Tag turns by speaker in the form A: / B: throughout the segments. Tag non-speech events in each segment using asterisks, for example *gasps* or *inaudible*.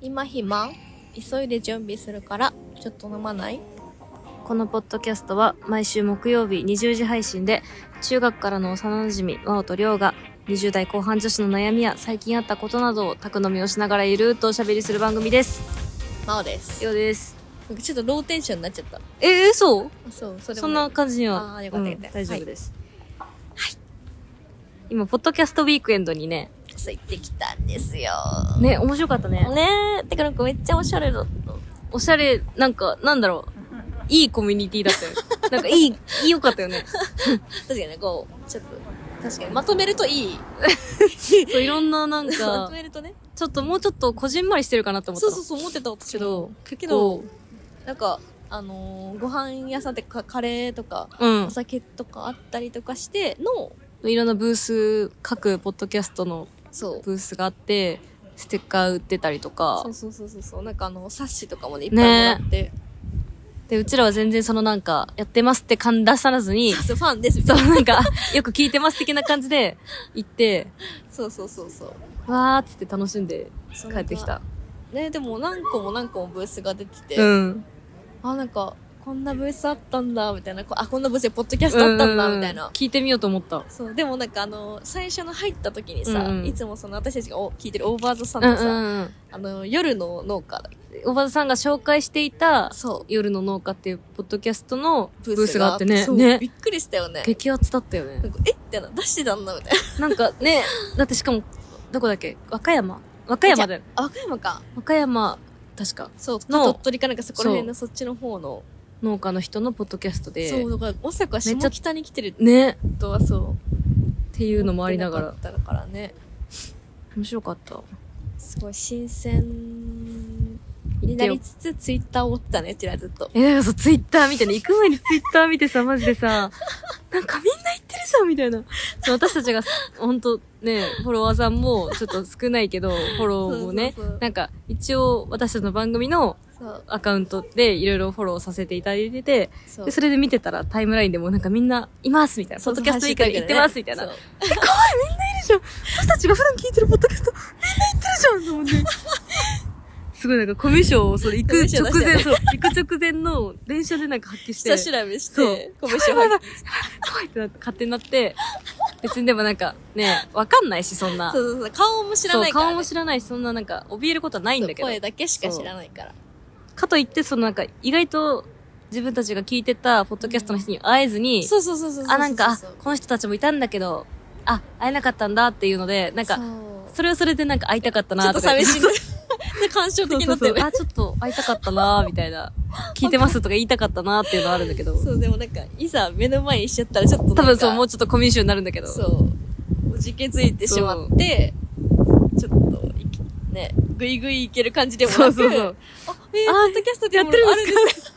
A: 今暇急いで準備するから、ちょっと飲まない
B: このポッドキャストは毎週木曜日20時配信で中学からの幼馴染真央と亮が20代後半女子の悩みや最近あったことなどを宅飲みをしながらゆるーっとおしゃべりする番組です。
A: まおです。
B: ようです。
A: なんかちょっとローテンションになっちゃった。
B: えー、嘘
A: あそう、そ
B: そ
A: れ
B: んな感じに
A: あ
B: は。
A: ーよかったよかった
B: うん大丈夫です。はい。今、ポッドキャストウィークエンドにね、
A: ついてきたんですよ。
B: ね、面白かったね。
A: ねえ、てかなんかめっちゃおしゃれだった。
B: おしゃれ、なんか、なんだろう。いいコミュニティだったよね。なんか、いい、いいよかったよね。
A: 確かにね、こう、ちょっと、確かにまとめるといい。
B: そう、いろんな、な
A: *laughs*
B: ん
A: ま
B: か
A: と、めるとね。
B: ちょっともうちょっとこじんまりしてるかなと思った
A: そ
B: の
A: うそうそう、思ってた私
B: けど
A: も。、
B: 結構、
A: なんか、あのーご飯屋さんってか、カレーとか、
B: うん
A: お。酒とかあったりとかしての、
B: いろんなブース、各ポッドキャストの
A: そう。
B: ブースがあって、ステッカー売ってたりとか
A: そう、そうそうそうそう。なんかあの、冊子とかもね、いっぱいもらって。
B: で、うちらは全然そのなんか、やってますって感出さらずに *laughs*
A: あ、そうファンですみた
B: そ
A: いうな。
B: なんか、よく聞いてます的な感じで行って、
A: そうそうそうそう。
B: わーっつって楽しんで
A: そう
B: 帰ってきた。
A: ね、でも何個も何個もブースが出てて、
B: うん。
A: あ、なんか、こんなブースあったんだ、みたいな。こあ、こんなブースでポッドキャストあったんだ、みたい
B: うんうん
A: な。
B: 聞いてみようと思った。
A: そう、でもなんかあの、最初の入った時にさ、
B: うんうん
A: いつもその私たちがお聞いてるオーバーズさん
B: う
A: の
B: ん
A: さ、
B: うんうん。
A: あの、夜の農家だ
B: おばさんが紹介していた、
A: そ
B: 夜の農家っていうポッドキャストの
A: う、
B: ブースがあってね。
A: そう
B: ね
A: び。っくりしたよね。
B: 激アツだったよね
A: な。んかえってな、出してたんだ、みたいな。
B: なんかね、だってしかも、どこだっけ和歌山和歌山だよ。
A: あ、和歌山か。
B: 和歌山、確か、
A: そう、
B: の
A: 鳥取かなんかそこら辺のそっちの方の。
B: 農家の人のポッドキャストで。
A: そう、だから、まさか下
B: めっちゃ
A: 北に来てる
B: ね。
A: とはそう。
B: っていうのもありなが
A: 思
B: ら
A: っ。てなかったからね。
B: 面白かった。
A: すごい新鮮になりつつ、ツイッターを追ってたね、うちらずっと。
B: え、なんかそう、ツイッター見てね、行く前にツイッター見てさ、マジ
A: *laughs*
B: でさ、なんかみんな行ってるじゃんみたいな。そう、私たちが、ほんとね、フォロワーさんも、ちょっと少ないけど、フォローもね、
A: そうそうそう
B: なんか、一応、私たちの番組の
A: そう。
B: アカウントで、いろいろフォローさせていただいてて、
A: そ
B: でそれで見てたら、タイムラインでもなんかみんな、いますみたいな、ポッドキャストウィークに行ってますみたいな。
A: そう
B: 私たちが普段聞いてるポッドキャスト、みんな行ってるじゃんと思って。
A: *laughs*
B: すごいなんかコミュ障を、それ行く
A: コミュ
B: 直
A: 障出
B: 前、
A: し
B: そう、行く直前の電車でなんか発揮して、
A: 下調べし
B: そう
A: て、拳を吐
B: やばい
A: い
B: *laughs* やばい怖いってなって、勝手になって、別にでもなんか、ね、わかんないし、そんな。
A: そうそうそう。顔も知らない
B: そ
A: か
B: う
A: ら、ね。
B: 顔も知らないし、そんななんか、怯えることはないんだけ
A: そう
B: ど。
A: 声だけしか知らないから。
B: かといって、そのなんか、意外と自分たちが聞いてた、ポッドキャストの人に会えずに、
A: そうそうそうそうそうそう。
B: あ、なんか、あ
A: そう
B: この人たちもいたんだけど、あ、会えなかったんだっていうので、なんか、
A: そう
B: それはそれでなんか会いたかった
A: ちょ
B: な
A: っと
B: か言
A: 寂
B: て
A: しいね。 *laughs* で、感傷的
B: *laughs* そう
A: に
B: そ
A: な
B: う
A: って
B: そう
A: る。
B: あ、ちょっと会いたかったなみたいな。聞いてますとか言いたかったなっていうのはあるんだけど。
A: そう、でもなんか、いざ目の前にしちゃったらちょっとなんか
B: 多分そう、もうちょっとコミュ障になるんだけど。
A: そう。おじけづいてしまって、ちょっといき、ね、ぐいぐいいける感じでもな
B: そ
A: く、
B: うそうそ
A: あ、
B: う。
A: えー、
B: あ
A: ポッドキャストで
B: や
A: やっ
B: っ
A: て
B: て
A: る
B: る
A: のあ
B: ん
A: るん
B: で
A: です
B: か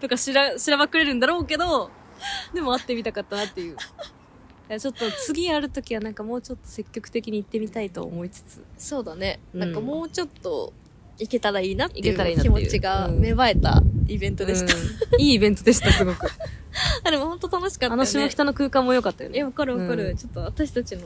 B: とか知ら、知らばくれるんだろうけど、でも会ってみたかったなっていう。いやちょっと次やるときはなんかもうちょっと積極的に行ってみたいと思いつつ。
A: すそうだね。
B: うん
A: なんかもうちょっと、いけたらいいなって
B: い
A: い
B: けたらいいう
A: 気
B: なっていう
A: 持ちが
B: うん
A: 芽生えたイベントでした。
B: うんいいイベントでした、すご
A: *laughs*
B: く。
A: あ、でも本当楽しかったよね。
B: あの下北の空間も良かったよ
A: え、
B: ね。
A: わかるわかる、
B: うん
A: ちょっと私たちの、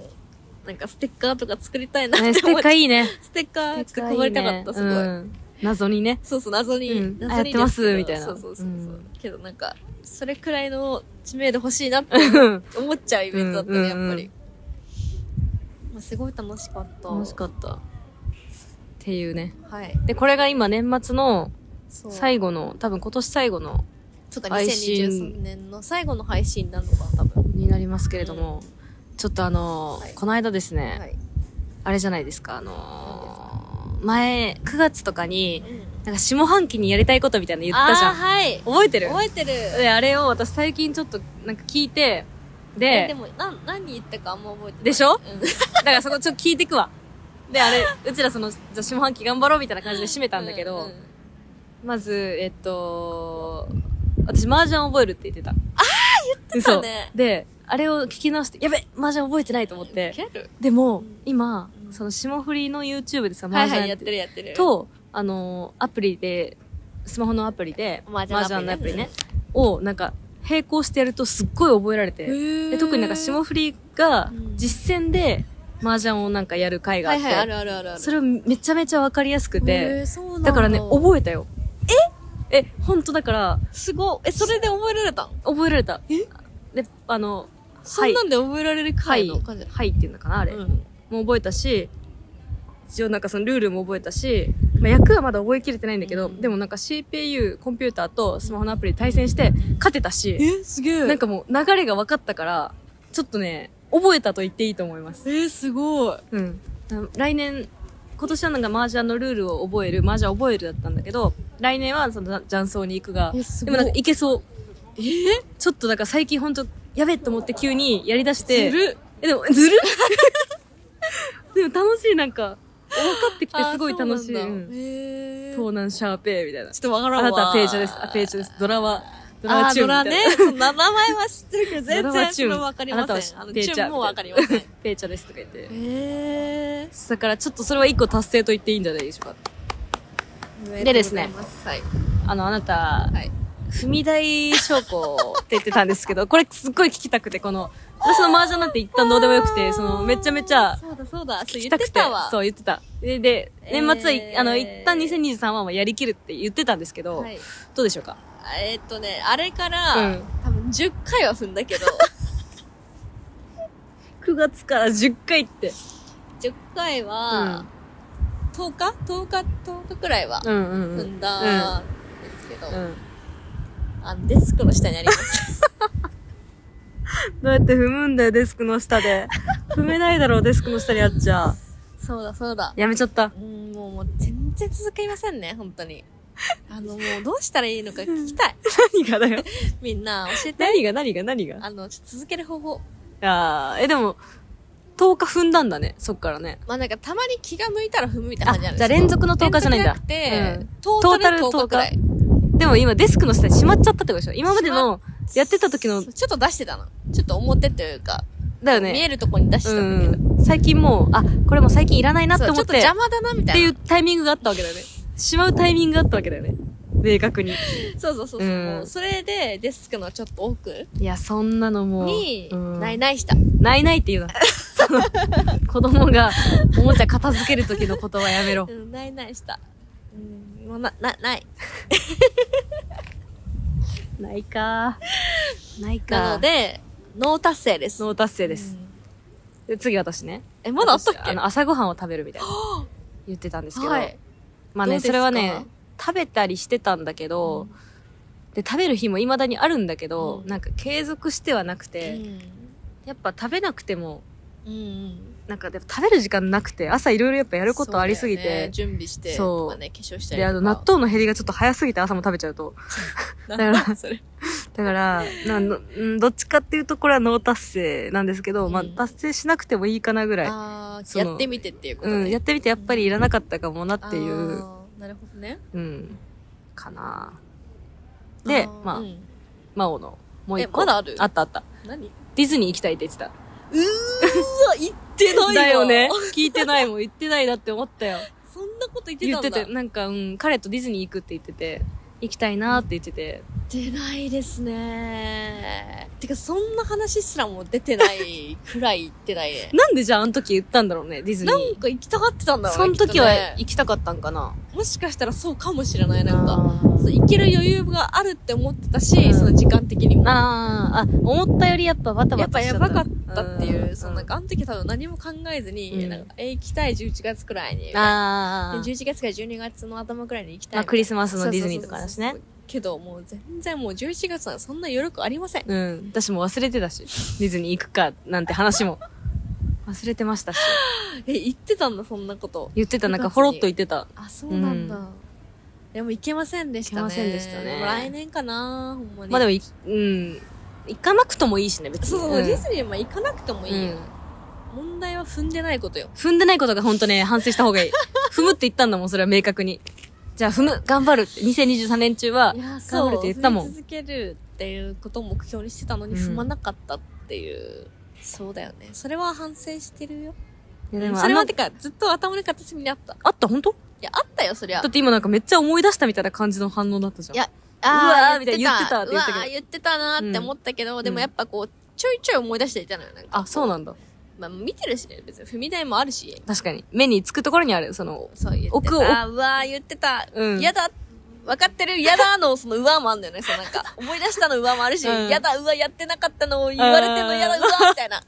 A: なんかステッカーとか作りたいなっ *laughs*
B: ねス
A: て
B: テ
A: 思って、
B: ッカーいいね。
A: ステッカー
B: ス
A: ち
B: テ
A: ょ
B: ッ
A: っ
B: カ
A: と
B: ー
A: 配
B: いい
A: り
B: ね
A: たかった、すごい。
B: うん謎にね。
A: そうそう、謎に、
B: うん
A: 謎に
B: あやってます
A: ですけど
B: みたいな
A: そうそうそうそう、
B: うん
A: けどなんか、それくらいの知名度欲しいなって
B: うん
A: 思っちゃうイベントだったね、
B: うん
A: やっぱり
B: うん。
A: まあ、すごい楽しかった。
B: 楽しかった。っていうね。
A: た。はい。
B: で、これが今年末の
A: そう。
B: 最後の、多分今年最後の
A: そうか、
B: 配信
A: 2023年の最後の配信なのか、多分。
B: になりますけれども、ちょっとあのー
A: はい
B: この間ですね、
A: はい。
B: あれじゃないですか、あのー前、9月とかに、
A: うん、
B: なんか下半期にやりたいことみたいなの言ったじゃ
A: あー
B: ん。
A: はい。
B: 覚えてる
A: 覚えてる。
B: で、あれを私最近ちょっとなんか聞いて、
A: え、で
B: で、
A: も、な、何言ったかあんま覚えてない。
B: でしょ
A: うん
B: だからそこちょっと聞いてくわ。で、あれ、うちらその、じゃあ下半期頑張ろうみたいな感じで締めたんだけど、
A: うう
B: まず、えっと、私麻雀覚えるって言ってた。ああ言って
A: たね
B: で、あれを聞き直して、やべ麻雀覚えてないと思っ
A: で
B: て。
A: 蹴る
B: でも、
A: うん
B: 今
A: う、ん
B: その霜降りの YouTube でさ、
A: は
B: 麻
A: いはい、
B: 雀
A: やってるやってる。
B: と、あのーアプリで、スマホのアプリで、
A: 麻雀アプリね
B: 麻ね、を、なんか、並行してやるとすっごい覚えられ
A: へ
B: て、
A: ー、
B: で特になんか霜降りが
A: うん
B: 実践で、麻雀をなんかやる会があ
A: は
B: っ
A: い
B: て、
A: はい、あるあるあるある。
B: それをめちゃめちゃわかりやすく
A: へ
B: て、
A: ーそうなん
B: だからね、
A: え、
B: 覚えたよ。ええ、ほんとだから、
A: すごい。え、それで覚えられたん
B: 覚えられた。
A: え
B: で、あの、
A: そんなんで覚えられる
B: は
A: 回
B: い、
A: の感じ。
B: はいっていうのかな、あれ。
A: うん。
B: もう覚えたし、一応なんかそのルールも覚えたし、まあ、役はまだ覚えきれてないんだけど、
A: うん
B: でもなんか CPU、コンピューターとスマホのアプリで対戦して、勝てたし、
A: え、すげえ。
B: なん、かもう流れが分かったから、ちょっとね、覚えたと言っていいと思います。
A: えー、すごい。
B: うん。来年、今年はなんか麻雀のルールを覚える、麻雀覚えるだったんだけど、来年はその雀荘に行くが、
A: え、す
B: で
A: ごい。
B: もなんか
A: い
B: いけそう。
A: えー、
B: ちょっとなんか最近ほんと、やべえと思って急にやり出して、
A: ずる。
B: え、でも、ずる *laughs* でも楽しい、なんか、分かってきてすごい楽しい。
A: あーそう
B: う
A: なんだへえ。
B: ん東南シャーペーみたいな。
A: ちょっとわから
B: あ
A: んわ。
B: なたはページャです。あ、ページャです。ドラは、ドラは
A: あー
B: チュー
A: ド
B: ンみた
A: ラ
B: い *laughs* な。
A: ね。その名前は知ってるけど、
B: ド
A: 全
B: ラは
A: 然
B: チ
A: そ
B: ューン
A: れわかりま
B: あなたは
A: せ
B: 知
A: ん。あの、
B: ペー
A: チ
B: ジ
A: ュ
B: ャ
A: ーンもわかりません。へ
B: ペーチャですとか言って。
A: え
B: だからちょっとそれは一個達成と言っていいんじゃないでしょうか。
A: ー。
B: でですね
A: おめとうございますはい。
B: あの、あなた、
A: はい。
B: 踏み台証拠って言ってたんですけど、これすっごい聞きたくて、この、私の麻雀なんて一旦どうでもよくて、その、めちゃめちゃ、
A: そうだそうだ。そう
B: 聞き
A: 言
B: た
A: っ
B: く
A: て
B: て
A: たわ。
B: そう言ってた。で、で年末は、
A: えー
B: あの、一旦2023はもうやりきるって言ってたんですけど、
A: はい。
B: どうでしょうか
A: あえーっとね、あれから、
B: うん
A: 多分10回は踏んだ
B: *laughs*
A: けど、
B: ?9 月から10回って。
A: 10回は、10日 ?10 日 ?10 日くらいは
B: うんうんう
A: 踏
B: ん。
A: んだんですけど、
B: うん。
A: あの、デスクの下にあり
B: *laughs*
A: ます。
B: どうやって踏むんだよ、デスクの下 *laughs* で。踏めないだろう、デスクの下にあっちゃ。
A: そうだそうだ。
B: やめちゃった。
A: うん、もう、もう全然続きませんね、本当に。あの、もうどうしたらいいのか聞きた
B: *laughs*
A: い。
B: *laughs* 何がだよ。
A: みんな教えて。
B: 何が何が何が
A: あの、ちょっと続ける方法。
B: あーえ、でも、10日踏んだんだね、そっからね。
A: まあなんかたまに気が向いたら踏むみたいな感
B: あ、
A: じ
B: じ
A: なんで
B: ゃ
A: す
B: あ連続の10日じゃないんだ。
A: 連続じゃなくて、
B: うん
A: トータル10日くらい。
B: でも今デスクの下にしまっちゃったってことでしょ今までの、やってた時の
A: そう、ちょっと出してたの。ちょっと表というか、
B: だよね。
A: 見えるとこに出してたんだけど。
B: うん、最近もう、あ、これもう最近いらないなって
A: そう
B: 思って、
A: ちょっ
B: っ
A: と邪魔だな、みた
B: て
A: い
B: い
A: な。
B: うタイミングがあったわけだよね。しまうタイミングがあったわけだよね。明確に。
A: そうそうそうそう。
B: うん
A: もうそれで、デスクのちょっと奥
B: いや、そんなのもう。
A: に、
B: うん
A: ないないした。
B: ないないって言うな。その子供がおもちゃ片付ける時のことはやめろ
A: *laughs* う。ん、ないないした。うん、もうな、な、ない。
B: ないかないか
A: なの、で、ノー達成です。
B: ノー達成で
A: う
B: す。
A: ん
B: で次私ね。
A: え、まだあったっ
B: 私
A: け
B: あの、朝ごはんを食べるみ
A: *gasps*
B: たいな。言ってたんですけど。
A: はい。
B: まあ
A: どうで
B: ね、
A: すか
B: それはね、食べたりしてたんだけど、で、食べる日も未だにあるんだけど、
A: うん
B: なんか継続してはなく
A: う
B: て、
A: ん。
B: やっぱ食べなくても、
A: うんうん。
B: なんかでも食べる時間なくて、朝いろいろやっぱやることありすぎ
A: そうだよね
B: て、
A: 準備して、
B: そ
A: と
B: う
A: かね、化粧したりとか。
B: で、あの、納豆の減りがちょっと早すぎて朝も食べちゃうと。
A: 豆
B: だか
A: *laughs*
B: ら
A: それ。
B: だから、なのうんどっちかっていうとこれは脳達成なんですけど、まあ
A: うん
B: 達成しなくてもいいかなぐらい。
A: あー
B: その
A: やってみてっていうこと
B: う
A: ね。
B: ん、やってみてやっぱりいらなかったかもなっていう、
A: あー。なるほどね。
B: うん、かなで
A: あー、
B: まあ
A: うん
B: 魔王の、もう一個。
A: えまだある
B: あったあった。
A: 何う
B: ディズニー行きたいって言ってた。
A: ーわ、言ってないわ。
B: だよね。 *laughs* 聞いてないもん、言ってないなって思ったよ。
A: そんなこと *laughs* 言って
B: 言
A: たん
B: っ
A: だ
B: てて、なんか、うん、彼とディズニー行くって言ってて、行きたいなーって言ってて、。
A: 出ないですね。てか、そんな話すらも出てないくらい言ってないね
B: *laughs* なんでじゃああの時言ったんだろうね、ディズニ
A: なん
B: ー。
A: か行きたがってたんだろうね
B: その
A: きっ
B: 時
A: と
B: は
A: ね
B: 行きたかったんかな。
A: もしかしたらそうかもしれない、なんか。
B: あー
A: そう行ける余裕があるって思ってたし、
B: うん
A: その時間的にも。
B: あーあ、思ったよりやっぱバタ
A: や
B: バ
A: っぱ
B: タしちゃ
A: や
B: った。
A: ばかったっていう、そのなん
B: か。
A: か、あの時多分何も考えずに、
B: うん
A: なんか、え、行きたい11月くらいに。
B: あ
A: で
B: あ、
A: 11月から12月の頭くらいに行きたい。
B: まあクリスマスのディズニーとかだしね
A: そうそうそうそう。けど、もう全然もう11月なんてそんな余力ありません。 *laughs*
B: うん。私も忘れてたし、ディズニー行くか、なんて話も。忘れてましたし。
A: え、行ってたんだ、そんなこと。
B: 言ってた、なんかほろっと言ってた。
A: あ、そうなんだ。
B: う
A: でも行けませんでしたね。
B: 行けませんでしたね
A: もう来年かな、ほんまに。
B: まあでもい、うん。行かなくともいいしね、別に。
A: そうそう、
B: ん
A: ディズニーも行かなくてもいいよ。
B: うん
A: 問題は踏んでないことよ。
B: 踏んでないことが本当ね、反省した方
A: *laughs*
B: がいい。踏むって言ったんだもん、それは明確に。じゃあ踏む、頑張るって。2023年中は、
A: や
B: 頑張るって言ったもん
A: 踏み続けるっていうことを目標にしてたのに
B: うん
A: 踏まなかったっていう、そうだよねそれは反省してるよ
B: いや
A: それは
B: あの
A: てかずっと頭の片隅にあったい
B: あった本当
A: やあったよそりゃ
B: だって今なんかめっちゃ思い出したみたいな感じの反応だったじゃん。
A: いや
B: あー
A: う
B: 言ってたって言ったけど
A: わー言ってたなーって思ったけど、
B: ん
A: でもやっぱこうちょいちょい思い出していたのよなんか
B: あ、そうなんだ。
A: まあ、見てるしね、別に踏み台もあるし。
B: 確かに。目につくところにある、その、
A: そう言ってた。
B: 奥を
A: あーうわー言ってた。
B: うん
A: やだ。分かってる、やだの、その、うわもあんだよね。そうなん
B: *laughs*
A: か、思い出したのうわもあるし、
B: うん
A: やだ、うわやってなかったのを言われてんのやだ、うわみたいな。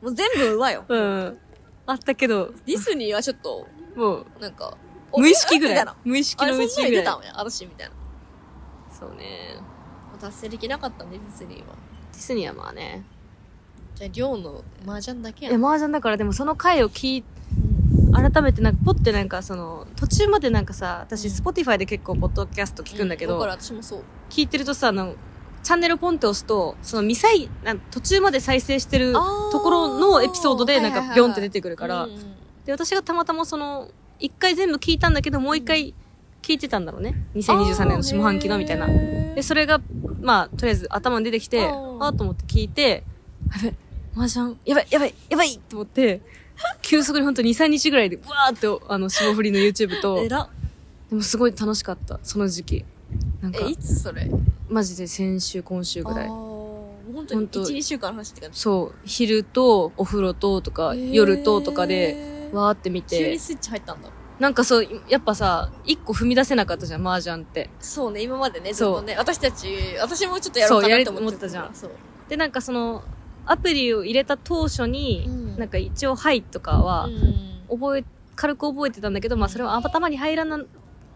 A: もう全部うわよ。
B: うん。あったけど、
A: ディスニーはちょっと、
B: もう、
A: なんか、
B: 無意識ぐ
A: みた
B: らい
A: な。
B: 無意識
A: あれ、
B: の
A: そん
B: う
A: な
B: ち
A: に
B: ぐ
A: 出
B: ら
A: た
B: い。
A: もんや、私みたいな。
B: そうね。
A: 達成できなかったね、ディズニーは。
B: ディスニーはまあね。
A: じゃあ、寮の麻雀だけ
B: い
A: や
B: や、
A: ん。
B: 麻雀だからでもその回を聞い、
A: うん
B: 改めてなんか、ポってなんかその、途中までなんかさ、私、
A: うん
B: スポティファイで結構、ポッドキャスト聞くんだけど、
A: だから私もそう。
B: 聞いてるとさ、あの、チャンネルポンって押すと、その未再、なん途中まで再生してる
A: あー
B: ところのエピソードで、
A: は
B: なん
A: いはい
B: か、
A: はい
B: ビョンって出てくるから
A: うん、うん
B: で、私がたまたまその、一回全部聞いたんだけど、もう一回聞いてたんだろうね。2023年の下半期のみたいな。で、それが、まあ、とりあえず頭に出てきて、
A: あ
B: あ
A: ー
B: ーと思って聞いて、やべ、麻雀、やばい、やばい、やばいと思って、急速にほんと2、3日ぐらいで、わーって、あの、霜降りの
A: *laughs*
B: YouTube と、
A: えらっ。
B: でもすごい楽しかった、その時期。なんか
A: え、、いつそれ
B: マジで先週、今週ぐらい
A: あー。もう本当に
B: ほんと
A: 1、2週間の話って感じ。
B: そう、昼と、お風呂と、とか、夜と、とかで、
A: へー、
B: わーって見
A: 急に
B: て、
A: スイッチ入ったんだ。
B: なんかそう、やっぱさ、一個踏み出せなかったじゃん、麻雀って。
A: そうね、今までね、ずっ
B: そう
A: とね、私たち、私もちょっとやろうかなって思って
B: そうやり思ってたじゃん
A: そう。
B: で、なんかその、アプリを入れた当初に、
A: うん
B: なんか一応、はいとかは、
A: うん
B: 覚え、軽く覚えてたんだけど、まあそれは頭に入らな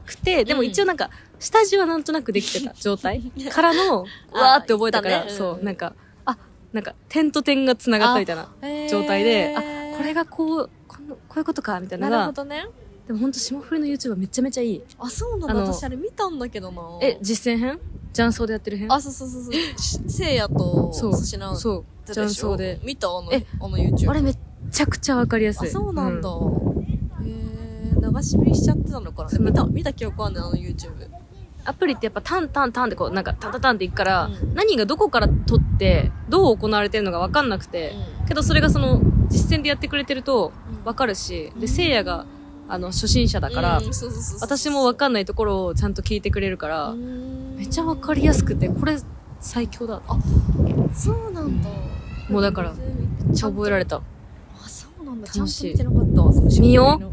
B: くて、でも一応なんか、下地はなんとなくできてた
A: *laughs*
B: 状態からの、
A: あー
B: わーって覚えたか
A: 言
B: ら、
A: ってたねうん
B: そう、なんか、あ、なんか、点と点が繋がったみたいな状態で、あ、これ
A: が、
B: がこう、このこういうことか、みたいな
A: な
B: の
A: るほど
B: が、
A: ね。
B: でもほんと霜降りの YouTube はめちゃめちゃいい。
A: あ、そうなんだ。
B: あの
A: 私あれ見たんだけどな。
B: え、実践編雀荘でやってる編
A: あ、そうそうそうそうし。せいやと、
B: そう
A: 粗品だ
B: そう、
A: った
B: 雀
A: でしょ
B: 荘で。
A: 見たあの、
B: え
A: あの YouTube。
B: あれめっちゃくちゃわかりやす
A: あ、
B: い。
A: そうなんだ。
B: う
A: へー流し見しちゃってたのかな。
B: そう
A: 見た、見た記憶あんねん、あの YouTube。
B: アプリってやっぱタンタンタンってこう、なんかタンタンタンっていくから、
A: うん
B: 何がどこから取って、どう行われてるのかわかんなくて、けどそれがその、実践でやってくれてると
A: うん
B: わかるし、で、せいやが、あの、初心者だから、
A: うんそうそうそうそう
B: 私もわかんないところをちゃんと聞いてくれるから、めっちゃわかりやすくて、これ、最強だ。
A: そうなんだ、
B: もうだからめっちゃ覚えられた。
A: あそうなんだちゃんと
B: 楽し
A: 見
B: い
A: てなかったわその
B: 見よう
A: 将棋の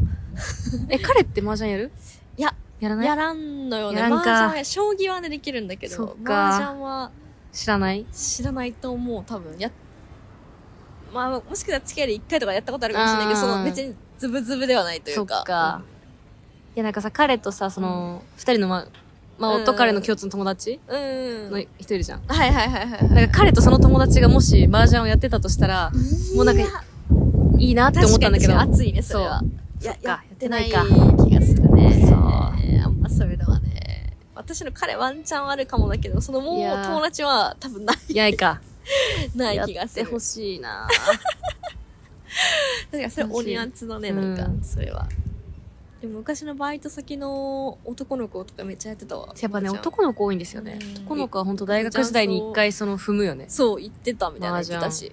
B: え、彼って麻雀やる
A: いや
B: やらない
A: やらんのよね
B: やらんか
A: 麻雀将棋はねできるんだけど
B: そっか
A: 麻雀は
B: 知らない
A: 知らないと思う多分やまあもしくは付き合いで1回とかやったことあるかもしれないけど
B: あー
A: その別にズブズブではないとい
B: そうっ
A: か
B: か。いや、なんかさ、彼とさ、その、二、人のま、まあ、
A: うん
B: 夫彼の共通の友達
A: うんうん
B: の
A: はい
B: 一人いるじゃん。
A: はいはいはいはい
B: なんか彼とその友達がもし麻雀をやってたとしたら、もうなんか
A: いや
B: いいなって思ったんだけど。
A: 確かに熱いねそれは
B: そう
A: いや
B: そっか
A: やってない気
B: や
A: が
B: ってな
A: するね
B: そう
A: あんまそういうのはね私の彼ワンチャンあるかもだけどそのもう
B: いやー
A: 友達は多分ない
B: やいか。
A: ない
B: やっ
A: 気がす
B: て
A: る
B: ほしいな
A: 確かにそれオニアンツのね
B: う
A: なんんかそれはでも昔のバイト先の男の子とかめっちゃやってたわ
B: やっぱね、
A: 麻雀
B: 男の子多いんですよね
A: う。ん
B: 男の子は本当大学時代に一回その踏むよね。
A: そう言ってたみたいな言ってたし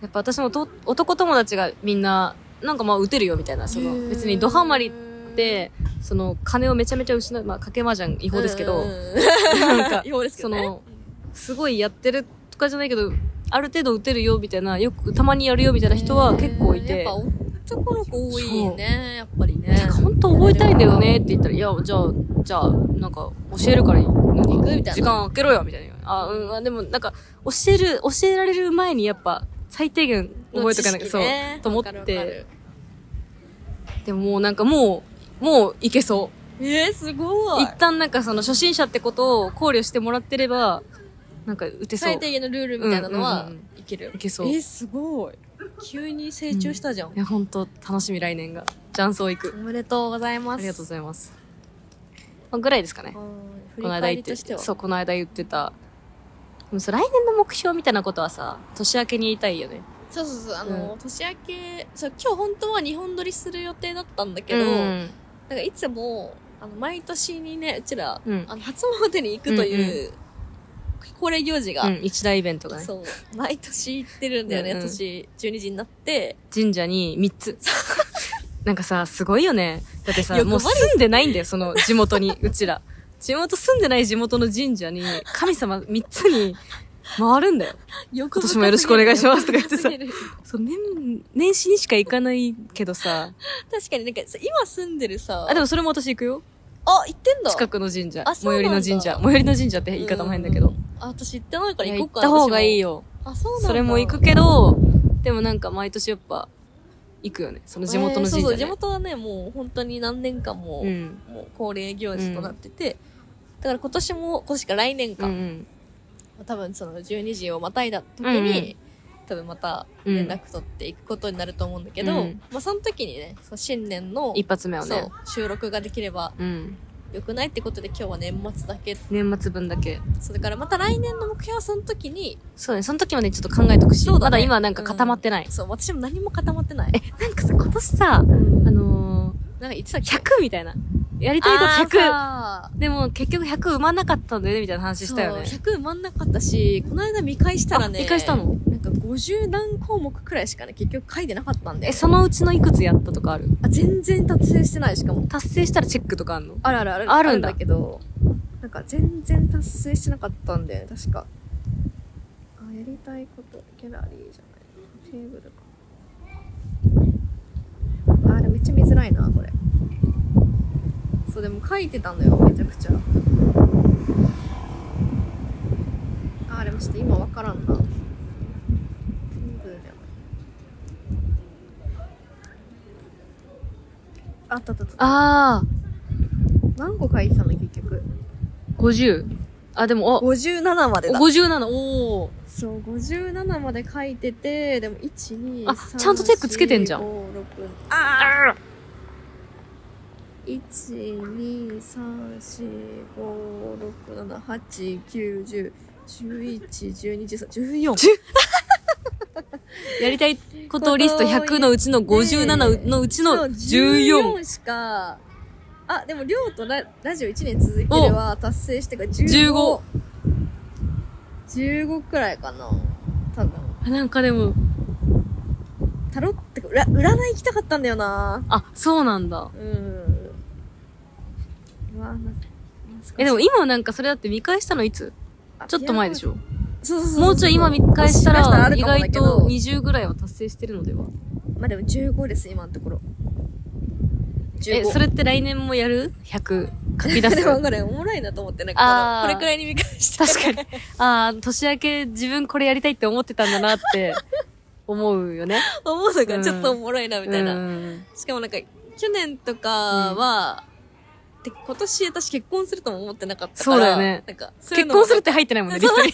B: やっぱ私もと男友達がみんな、なんかまあ打てるよみたいな、その、別にドハマりで、その金をめちゃめちゃ失う、まあ賭け麻雀違
A: 違
B: 法ですけど、
A: な
B: *laughs* なんか
A: 違法ですけ
B: そ
A: どね
B: の、すごいやってるとかじゃないけど、ある程度打てるよみたいな、よくたまにやるよみたいな人は結構い
A: やってぱ、男の子多いねやっぱりね
B: なんか本当覚えたいんだよねって言ったら、いや、じゃあ、じゃあ、なんか教えるから、なん
A: 行くみた
B: か
A: いな
B: 時間空けろよみたいな。あ、うんあ、でもなんか教える、教えられる前にやっぱ最低限覚えとかなきゃ、そう、と思って。でももうなんかもう、もういけそう。
A: えー、すごい
B: 一旦なんかその初心者ってことを考慮してもらってれば、なんか打てそう。
A: 最低限のルールみたいなの
B: うん
A: は
B: うんうん
A: いける、
B: いけそう
A: えー、すごい急に成長したじゃん、
B: いや、ほんと、楽しみ、来年が。雀荘行く。
A: おめでとうござい
B: あ
A: ます
B: りがとうございます。まあぐらいですかね。
A: うん振り
B: この間
A: 返
B: 言
A: り
B: って
A: としては
B: そう、この間言ってた。でもそう、来年の目標みたいなことはさ、年明けに言いたいよね。
A: そうそうそうあの、年明けそう今日本当は日本撮りする予定だったんだけど、なん
B: ん。
A: かいつもあの毎年にねうちら、
B: うん
A: あの初詣に行くという、恒例行事が、
B: うん、一大イベントがね。
A: そう毎年行ってるんだよね、
B: うんうん
A: 年12時になって
B: 神社に3つ。 *laughs* なんかさ、すごいよね。だってさ、
A: 欲張り
B: もう住んでないんだよ、その地元に、うちら。地元住んでない地元の神社に、神様3つに、回るんだよ。
A: 今
B: 今年もよろしくお願いしますとか言ってさ
A: 確
B: そう、年、年始にしか行かないけどさ。
A: かになんかさ今住んでるさ、
B: あ、でもそれも私行くよ。
A: あ、行ってんだ。
B: 近くの神社。
A: あ
B: 最
A: そうな
B: 寄
A: ん
B: り
A: だ
B: の神社。最寄りの神社って言い方も変だけ
A: う
B: ど
A: ん。。あ、私行ってないから
B: いや
A: 行こ
B: 行
A: う
B: っ
A: か
B: た方がいい。よ。
A: 私もあ、そうなんだ。
B: それも行くけど、でもなんか毎年やっぱ、行くよね。その地元の神社、
A: えー
B: ね
A: そうそう、地元はね、もう本当に何年間も、
B: うん。
A: もう恒例行事となってて、だから今年も、今年か来年
B: う
A: か、
B: ん
A: 多分その12時をまたいだ時
B: うんう
A: に、多分また
B: うん。う
A: 連
B: ん。
A: 絡取っていくことになると思うんだけど、
B: うん
A: まあその時にね、その新年の、
B: 一発目を
A: そ
B: ね。
A: う、収録ができれば
B: うん。
A: よくないってことで今日は年末だけ。
B: 年末分だけ。
A: それからまた来年の目標はその時に、
B: そうね、その時までちょっと考えとくし、
A: そうだね
B: まだ今はなんか固まってない。
A: そう、私も何も固まってない。
B: え、なんかさ、今年さ、 *laughs* あ
A: あの、
B: の
A: なんか言って
B: ー、
A: たっけ
B: 100みたいな。やりたいこと100。
A: あーさあ
B: でも結局100埋まんなかったんだよね、みたいな話したよね。
A: そう100埋まんなかったし、この間見返したらね、
B: あ見返したの
A: なんか50何項目くらいしかね、結局書いてなかったんで。
B: え、そのうちのいくつやったとかある
A: あ、全然達成してない、しかも。
B: 達成したらチェックとかあるの
A: あるあるある。
B: あるんだ
A: あるんだけど、なんか全然達成してなかったんだよね、確か。あ、やりたいこと、ギャラリーじゃない。テーブルか。あ、でもめっちゃ見づらいな、これ。そう、でも書いてたのよ、めちゃくちゃ。あ、でもちょっと今わからんな。テーブルじゃない。あったあったあった。
B: あ
A: 何個書いてたの結局
B: ー、50。あ、でも、
A: 57ま
B: あ、
A: でだ
B: 57、おー。
A: そう57まで書いててでも123
B: あちゃんとチェックつけてんじゃん
A: あ
B: あ
A: 1234567891011121314
B: やりたいことリスト100のうちの57のうちの14。
A: しかあでも量とララジオ1年続ければ達成してから1515くらいかな多分
B: あなんかでも、
A: タロットか、うら占い行きたかったんだよな
B: あ、そうなんだ。
A: うん。うわ、な、
B: え、でも今なんかそれだって見返したのいつちょっと前でし
A: ょ
B: ょ
A: そうそうそう。
B: もうちょい今見返した、
A: もしからら
B: 意外
A: あるか
B: と
A: もだけ
B: 20ぐらいは達成してるのでは
A: どまあでも15です、今のところ。15
B: え、それって来年もやる ?100 書き出す
A: *laughs* でもこれおもろいなと思って、なんか
B: あー
A: まだこれくらいに見返して。
B: 確かに。ああ、年明け自分これやりたいって思ってたんだな
A: *laughs*
B: って思うよね。
A: 思うの
B: うん
A: がちょっとおもろいな、みたいな。
B: うん
A: しかもなんか、去年とかは、て今年私結婚するとも思ってなかったから。
B: そうだよね
A: なんか、そういう
B: 結
A: のも
B: 婚するって入ってないもんね、リストに。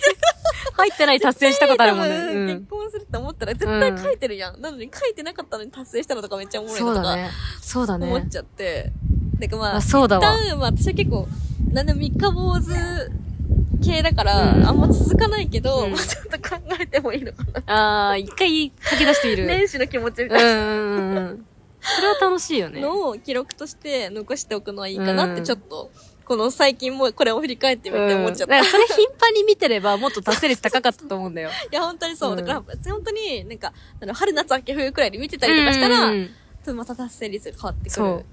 B: 入ってない達成したこと
A: *laughs*
B: あるもんね。
A: 多
B: う
A: 分
B: ん
A: 結婚するって思ったら絶対書いてるやん。なのに書いてなかったのに達成したのとかめっちゃおもろい
B: そ
A: な
B: う
A: とか
B: だ、ね。そうだ
A: 思っ
B: ね。
A: ちゃって。なんかまあ、
B: あ、そうだ
A: 一
B: わ。
A: 旦、まあ私は結構、なんでも三日坊主系だから、
B: うん
A: あんま続かないけど、
B: うん
A: まあちょっと考えてもいいのかな。
B: ああ、一回書き出してみる。
A: 年始の気持ちみ
B: うん
A: たい
B: うんうんうん。それは楽しいよ
A: な
B: ね。
A: のを記録として残しておくのはいいかなっ
B: う
A: て
B: ん
A: ちょっと、この最近もこれを振り返ってみて思っちゃった。い
B: うんなんかそれ頻繁に見てればもっと達成率高かったと思うんだよ。
A: や、本当にそうう。
B: ん
A: だから、本当になんか、あの春夏秋冬くらいで見てたりとかしたら、
B: う
A: ちょ
B: ん
A: っとまた達成率が変わってく
B: そう。い
A: る。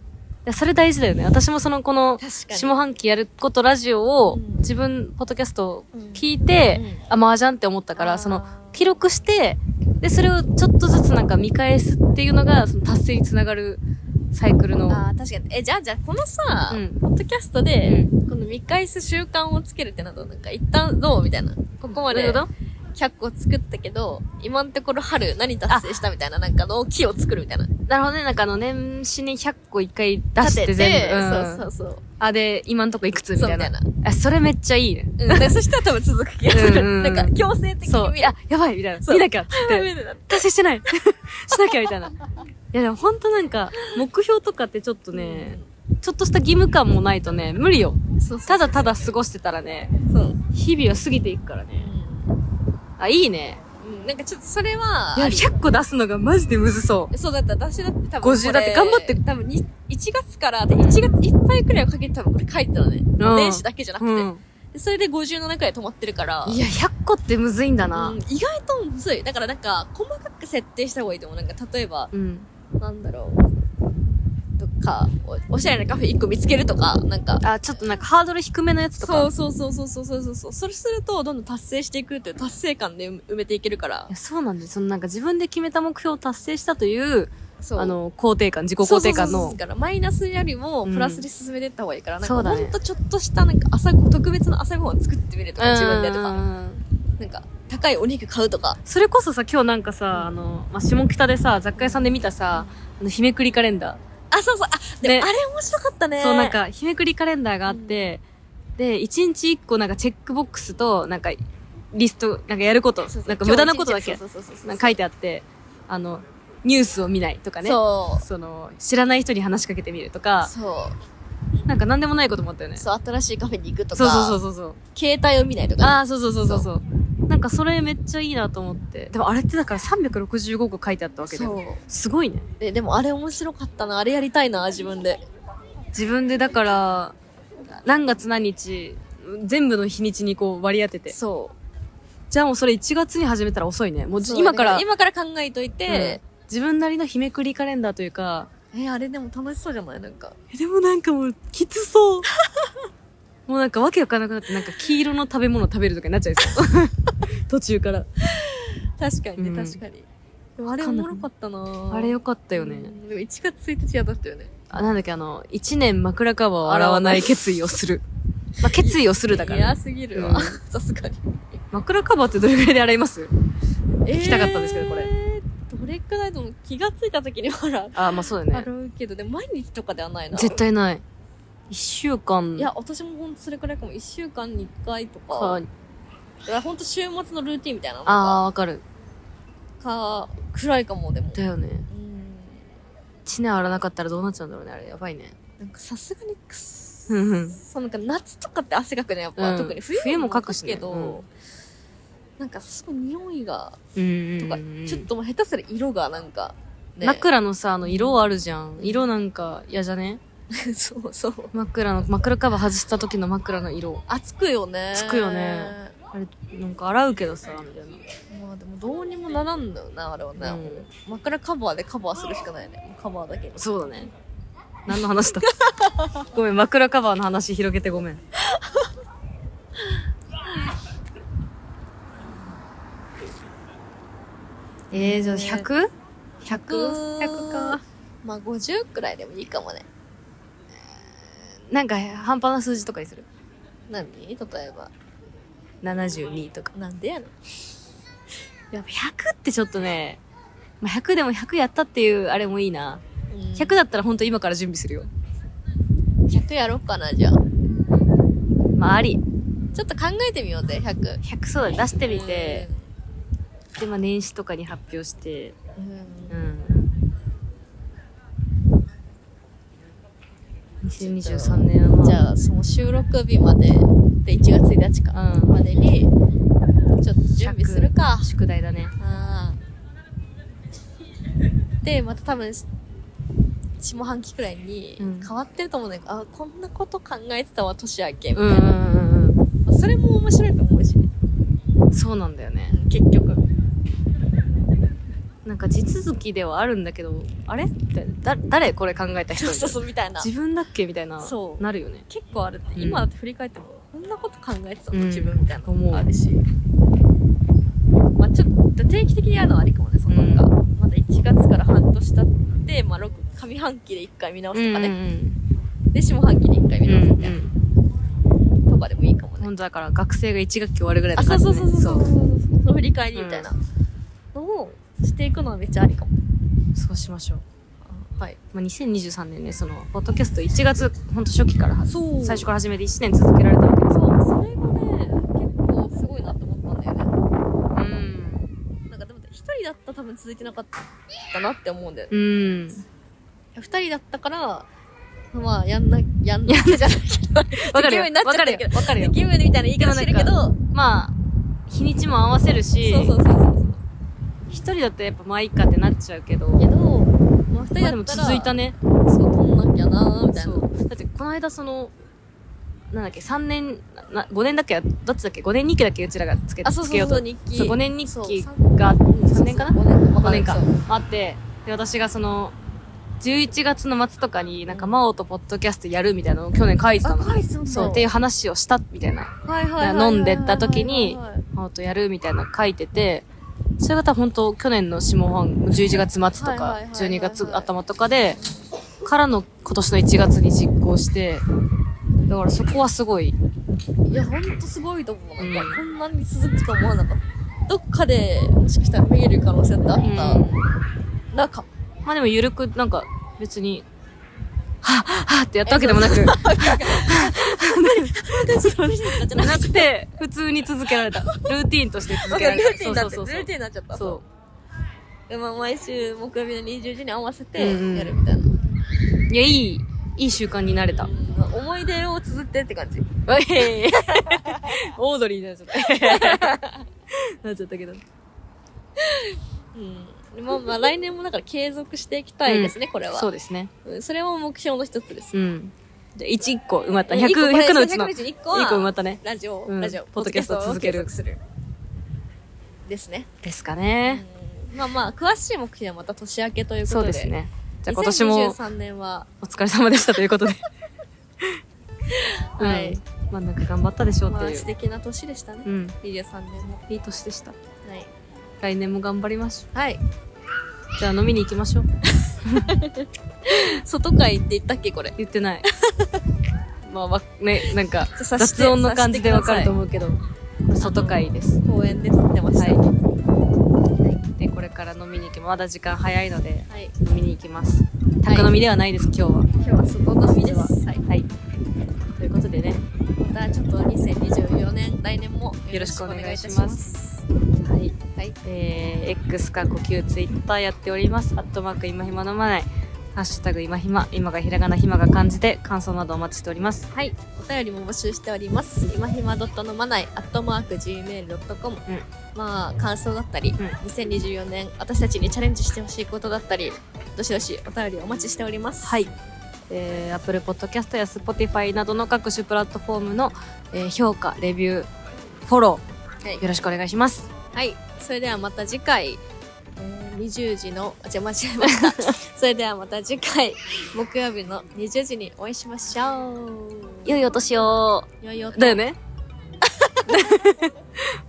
B: やそれ大事だよね。私もその、この、
A: 確かに。
B: 下半期やることラジオを
A: うん
B: 自分、ポッドキャストを
A: うん
B: 聞いて、
A: うん
B: あ、麻雀って思ったか
A: あ
B: ら、
A: ー
B: その、記録して、で、それをちょっとずつなんか見返すっていうのが、その達成につながるサイクルの。
A: ああ、確かに。え、じゃあ、じゃあ、このさ、
B: うん
A: ポッドキャストで、この見返す習慣をつけるってなど、なんか、一旦どうみたいな。ここま
B: なる
A: で
B: ほど
A: 100個作ったけど、今のところ春何達成したみたいな、なんかの木を作るみたいな。
B: なるほどね。なんかあの、年始に100個一回出し
A: 立て
B: て全部。うん
A: そうそうそう。
B: あ、で、今んとこいくつみ
A: そう
B: たい
A: み
B: な
A: たいな。
B: あ、それめっちゃいいね。
A: うん。でそしたら多分続く気がす
B: うんうん
A: る。 *laughs* なんか、強制的
B: そ
A: に見
B: う。い
A: る
B: や。、やばいみたいな。
A: そう
B: 見なきゃっつって。
A: 見るなって
B: 達成してない *laughs* しなきゃみたいな。いやでもほんとなんか、目標とかってちょっとね、ちょっとした義務感もないとね、無理よ。
A: そうそう
B: ただただ過ごしてたらね、
A: そう。
B: 日々は過ぎていくからね。あ、いいね。
A: うん。なんかちょっとそれは、
B: いや、
A: あり
B: 100個出すのがマジでむずそう。
A: そうだった、私だって多分これ。
B: 50だって頑張って
A: 多分に、1月から、で1月いっぱいくらいをかけて多分これ書いてたのね。年始だけじゃなくて。
B: うん。
A: でそれで57くらい止まってるから。
B: いや、100個ってむずいんだ
A: う。
B: なん
A: 意外とむずい。だからなんか、細かく設定した方がいいと思う。なんか、例えば、
B: うん。
A: なんだろう。どか、おおしゃれなカフェ一個見つけるとか、なんか、
B: あ、ちょっとなんかハードル低めのやつとか。。
A: そううそうそうそうそうそうそうそう。それすると、どんどん達成していくという達成感で埋埋めていけるから。
B: そうなんです。そのなんか自分で決めた目標を達成したという、
A: そう。
B: あの、肯定感、自己肯定
A: そ
B: 感
A: うそうそうそう
B: の
A: だ。からマイナスよりも
B: うん
A: プラスで進めていった方がいいから、なん
B: そう
A: か
B: だね
A: ほんとちょっとしたなんか朝ご特別な朝ごはん作ってみるとか自分でと
B: う
A: か、
B: ん
A: なんか高いお肉買うとか。
B: それこそさ、今日なんかさ、あの、まあ、下北でさ、雑貨屋さんで見たさ、あの、日めくりカレンダー。
A: あ、そうそう、あ、でもあ
B: ね
A: れ面白かったね。
B: そう、なんか、日めくりカレンダーがあって、で、1日1個なんかチェックボックスと、なんか、リスト、なんかやること
A: そうそう、
B: なんか無駄なことだけ
A: そ、うそうそうそう
B: なんか書いてあって、あの、ニュースを見ないとかね。
A: そう。
B: その、知らない人に話しかけてみるとか、
A: そ
B: なんか何でもないこともあったよね。
A: う。そう、新しいカフェに行くとか。
B: そうそうそうそうそう。
A: 携帯を見ないとかね。
B: ああ、そうそうそうそうそう。なんかそれめっちゃいいなと思って。でもあれってだから365個書いてあったわけで。
A: そう。
B: すごいね。
A: え、でもあれ面白かったな。あれやりたいな、自分で。
B: 自分でだから、何月何日、全部の日にちにこう割り当てて。
A: そう。
B: じゃあもうそれ1月に始めたら遅いね。もうじ
A: そう
B: 今から、
A: 今から考えといて、
B: うん自分なりの日めくりカレンダーというか、
A: え、あれでも楽しそうじゃないなんか。
B: えでもなんかもうきつそう。 *laughs* もうなんかわけわかんなくなって、なんか黄色の食べ物食べるとかになっちゃい *laughs* そう。途中から。
A: 確かにね、
B: うん
A: 確かに。でもあれおもろかったな
B: あれ
A: よ
B: よかったよね。
A: でも1月1日やだったよね。
B: あ、なんだっけ、あの、一年枕カバーを洗わない決意をする。まあ、決意をするだか
A: いや
B: ら、
A: すぎるわ。
B: うん
A: *laughs* さすがに。
B: 枕カバーってどれぐらいで洗います
A: 聞
B: きたかったんですけどこれ。
A: どれくらいでも気がついた時にほら、
B: あ、まあそうだよね。
A: 洗うけど、でも毎日とかではないな。
B: 絶対ない。一週間
A: いや、私もほんとそれくらいかも。1週間に1回とか。
B: か
A: だ、からほんと週末のルーティンみたいなの
B: ああ、
A: が
B: わかる。
A: か、くらいかも、でも。
B: だよね。
A: うん。
B: 一年洗わなかったらどうなっちゃうんだろうね、あれ。やばいね。
A: なんかさすがにくす
B: うんうん
A: そうなんか夏とかって汗かくねやっぱ、
B: うん
A: 特に冬
B: 冬もかくしね
A: けど、
B: うん
A: なんかすごい匂いが
B: うんうん
A: と
B: うん
A: か、
B: うん。
A: ちょっともう下手すら色がなんか、ね、
B: 枕のさ、あの、色あるじゃん。色なんか嫌じゃね
A: *laughs* そうそう
B: 枕の、枕カバー外した時の枕の色。
A: あつくよね
B: つくよねあれ、なんか洗うけどさ、みたいな。
A: まあでもどうにもならんのよなあれはね、
B: うん
A: 枕カバーでカバーするしかないねもうカバーだけに
B: そうだね。何の話だ *laughs* ごめん、枕カバーの話広げてごめん。えー、じゃあ 100?100 100, か。
A: まあ50くらいでもいいかもね
B: なんか半端な数字とかにする。
A: 何例えば
B: 72とか。
A: なんでやねん
B: やっぱ100ってちょっとね、まあ、100でも100やったっていうあれもいいな。
A: うん
B: 100だったらほんと今から準備するよ。
A: 100やろっかなじゃあ
B: まああり。
A: ちょっと考えてみようぜ100
B: 100そうだね。出してみて、でまあ年始とかに発表して、
A: うん、
B: うん。2023年はまあ、
A: じゃあその収録日までで1月1日か、
B: うん
A: までにちょっと準備するか
B: 宿題だね。
A: あーでまた多分下半期くらいに
B: うん
A: 変わってると思うんだけど、あこんなこと考えてたわ年明けみた
B: う
A: い
B: ん
A: な
B: う、んうん
A: まあそれも面白いと思うし、ね
B: うん。そうなんだよね。
A: うん結局
B: なんか地続きではあるんだけど、あれって、だ、誰これ考えた人
A: そうそうそうみたいな
B: 自分だっけみたいな、
A: そう
B: なるよね。
A: 結構あるって、
B: うん
A: 今だって振り返ってもこんなこと考えてたの、
B: うん
A: 自分みたいな
B: 思う
A: のあるしまあちょっと定期的にやるのはありかもねそのなんか、まだ1月から半年経って、まあ、六上半期で1回見直すとかね、
B: ん
A: で下半期で1回見
B: うん
A: 直すみ
B: うん
A: たい
B: う。
A: なんとかでもいいかもね、
B: 本当だから学生が1学期終わるぐらい
A: あ
B: の
A: そ
B: 感
A: う
B: じ
A: そ
B: ね
A: うそうそうそうそう
B: そ
A: その振り返りみたいなのをしていくのはめっちゃありかも
B: うそうしましょう。
A: あはい
B: まあ、2023年ね、その、ポッドキャスト1月、ほんと初期から始
A: そ
B: め、最初
A: か
B: から始めて1年続けられたわけで
A: ら
B: す
A: そうそれがね結構すごいなと思ったんだよね
B: うん。
A: なんかでも一人だったら多分続いてなかったなって思うんだよね
B: うん。
A: 二人だったからまあやんなやんなきゃじゃない
B: わかる
A: 義
B: よ
A: 務になっちゃ
B: わ
A: った
B: か
A: けど
B: るよ。わかる
A: けど義。
B: よ
A: 務みたいな言い方してるけどそう
B: まあ、日にちも合わせるし、
A: そうそうそう
B: 一人だとやっぱまあいいかってなっちゃうけど、
A: け
B: ま
A: ど、まあ、二人
B: あで
A: だ
B: も
A: ったら
B: 続いたね。
A: そう取んなきゃなーみたい
B: そ
A: な
B: う。だってこの間その、なんだっけ、3年、な5年だっけ、どっちだっけ、5年日記だっけ、うちらがつけ
A: あそう
B: つけ
A: そ
B: よ
A: う
B: うと。
A: そう日記
B: そう、5年日記
A: そう
B: が、
A: 三
B: 3年かな
A: そうそう五年
B: 5年か
A: そう
B: あってで私がその11月の末とかになんか魔王とポッドキャストやるみたいなのを去年書いてたの。
A: 書いてたんだ
B: そう、っていう話をしたみたいな。
A: はいはいはいはいはいはいはい。
B: 飲んでった時に
A: はいはいはい
B: 魔王とやるみたいなの書いてて、それが多分本当去年の下半、11月末と
A: はいはいはい
B: か
A: はい、
B: 12月頭とかで、からの今年の1月に実行して、だからそこはすごい、
A: いや、ほんとすごいと思う。なんか
B: うん
A: こんなに続くと思わなかった。どっかで、もしかしたら見える可能性ってあっ
B: うん
A: たら
B: *laughs*
A: かも。
B: まあでもゆるく、なんか別に、はぁ、はぁってやったわけでもなく、な
A: なんかそういう人じゃなくて、
B: くて、普通に続けられた。ルーティーンとして
A: ル
B: 続
A: ー
B: けられた。
A: ティンになっちゃ
B: そ
A: っ
B: う
A: た。
B: そ
A: ル
B: う
A: ーティンになっちゃった。
B: そう。そう
A: でまあ毎週木曜日の20時に合わせて
B: うんうん
A: やるみたいな。
B: いや、いい、いい習慣に
A: *laughs*
B: なれた。
A: うんまあ思い出を綴ってって感じ。
B: わい *laughs* オードリー *laughs* になっちゃった。なっちゃったけど。
A: うん。まあまあ来年もだから継続していきたいですね、これは。
B: そうですね。
A: うんそれも目標の一つです。
B: うん。じゃあ、1個埋まった。
A: うん一個
B: 100、
A: これ
B: 100のうちの。
A: 100
B: 1
A: 一個
B: 個埋ま
A: は
B: っ、たね。
A: ラジオ、
B: うん
A: ラジオ、
B: ポッドキャストを続ける
A: ポッドキャストを継続する。ですね。
B: ですかね。
A: うんまあまあ、詳しい目標はまた年明けということで。
B: そうです。ね。じゃあ、今年も
A: 2023年は、
B: お疲れ様でしたということ *laughs* で。
A: はい
B: うん。まあ、なんか頑張ったでしょうっ
A: ま
B: て
A: あ
B: い
A: 素
B: う。
A: 敵な年でしたね
B: う。ん。
A: 23年も。
B: いい年でした。
A: はい。
B: 来年も頑張りましょ
A: はい。
B: う。じゃあ、飲みに行きましょう。
A: 外会って言ったっけ、これ。
B: 言ってない。 *laughs* まあわ、ね、なんか、
A: じゃあ察して
B: 雑音の感じでわかると思うけど、外
A: さい
B: 会です。
A: 公園で撮ってました。
B: はい
A: は
B: で、これから飲みに行きます。まだ時間早いので、
A: い。
B: 飲みに行きます。宅飲みではないです、今日は。
A: 今日は外飲みです。はい。
B: はい。ということでね、
A: またちょっと2024年、来年もよ
B: よろ
A: ろ
B: し
A: し
B: く
A: く
B: お
A: お
B: 願
A: 願
B: い
A: い
B: い
A: い
B: た
A: た
B: し
A: し
B: ま
A: ます。
B: はい。
A: はい。
B: えー、X か呼吸 Twitter やっております。アットマーク今暇飲まない。ハッシュタグ今暇。今がひらがな、暇が漢字で感想などお待ちしております。
A: はい。お便りも募集しております。今暇ドットのまない、アットマーク gmail.com。まあ、感想だったり、2024年、私たちにチャレンジしてほしいことだったり、どしどしお便りお待ちしております。
B: はい。えー、Apple Podcast や Spotify などの各種プラットフォームの、えー評価、レビュー、フォロ
A: はい
B: ー、よろしくお願いします。
A: はい。それではまた次回、えー20時の、あ、じゃ間違えました。それではまた次回、木曜日の20時にお会いしましょう。
B: 良いお年を。 *laughs*
A: よいよと
B: だよね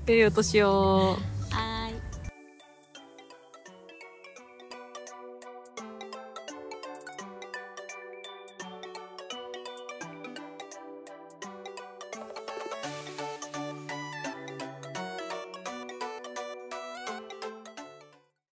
B: 良いお年を。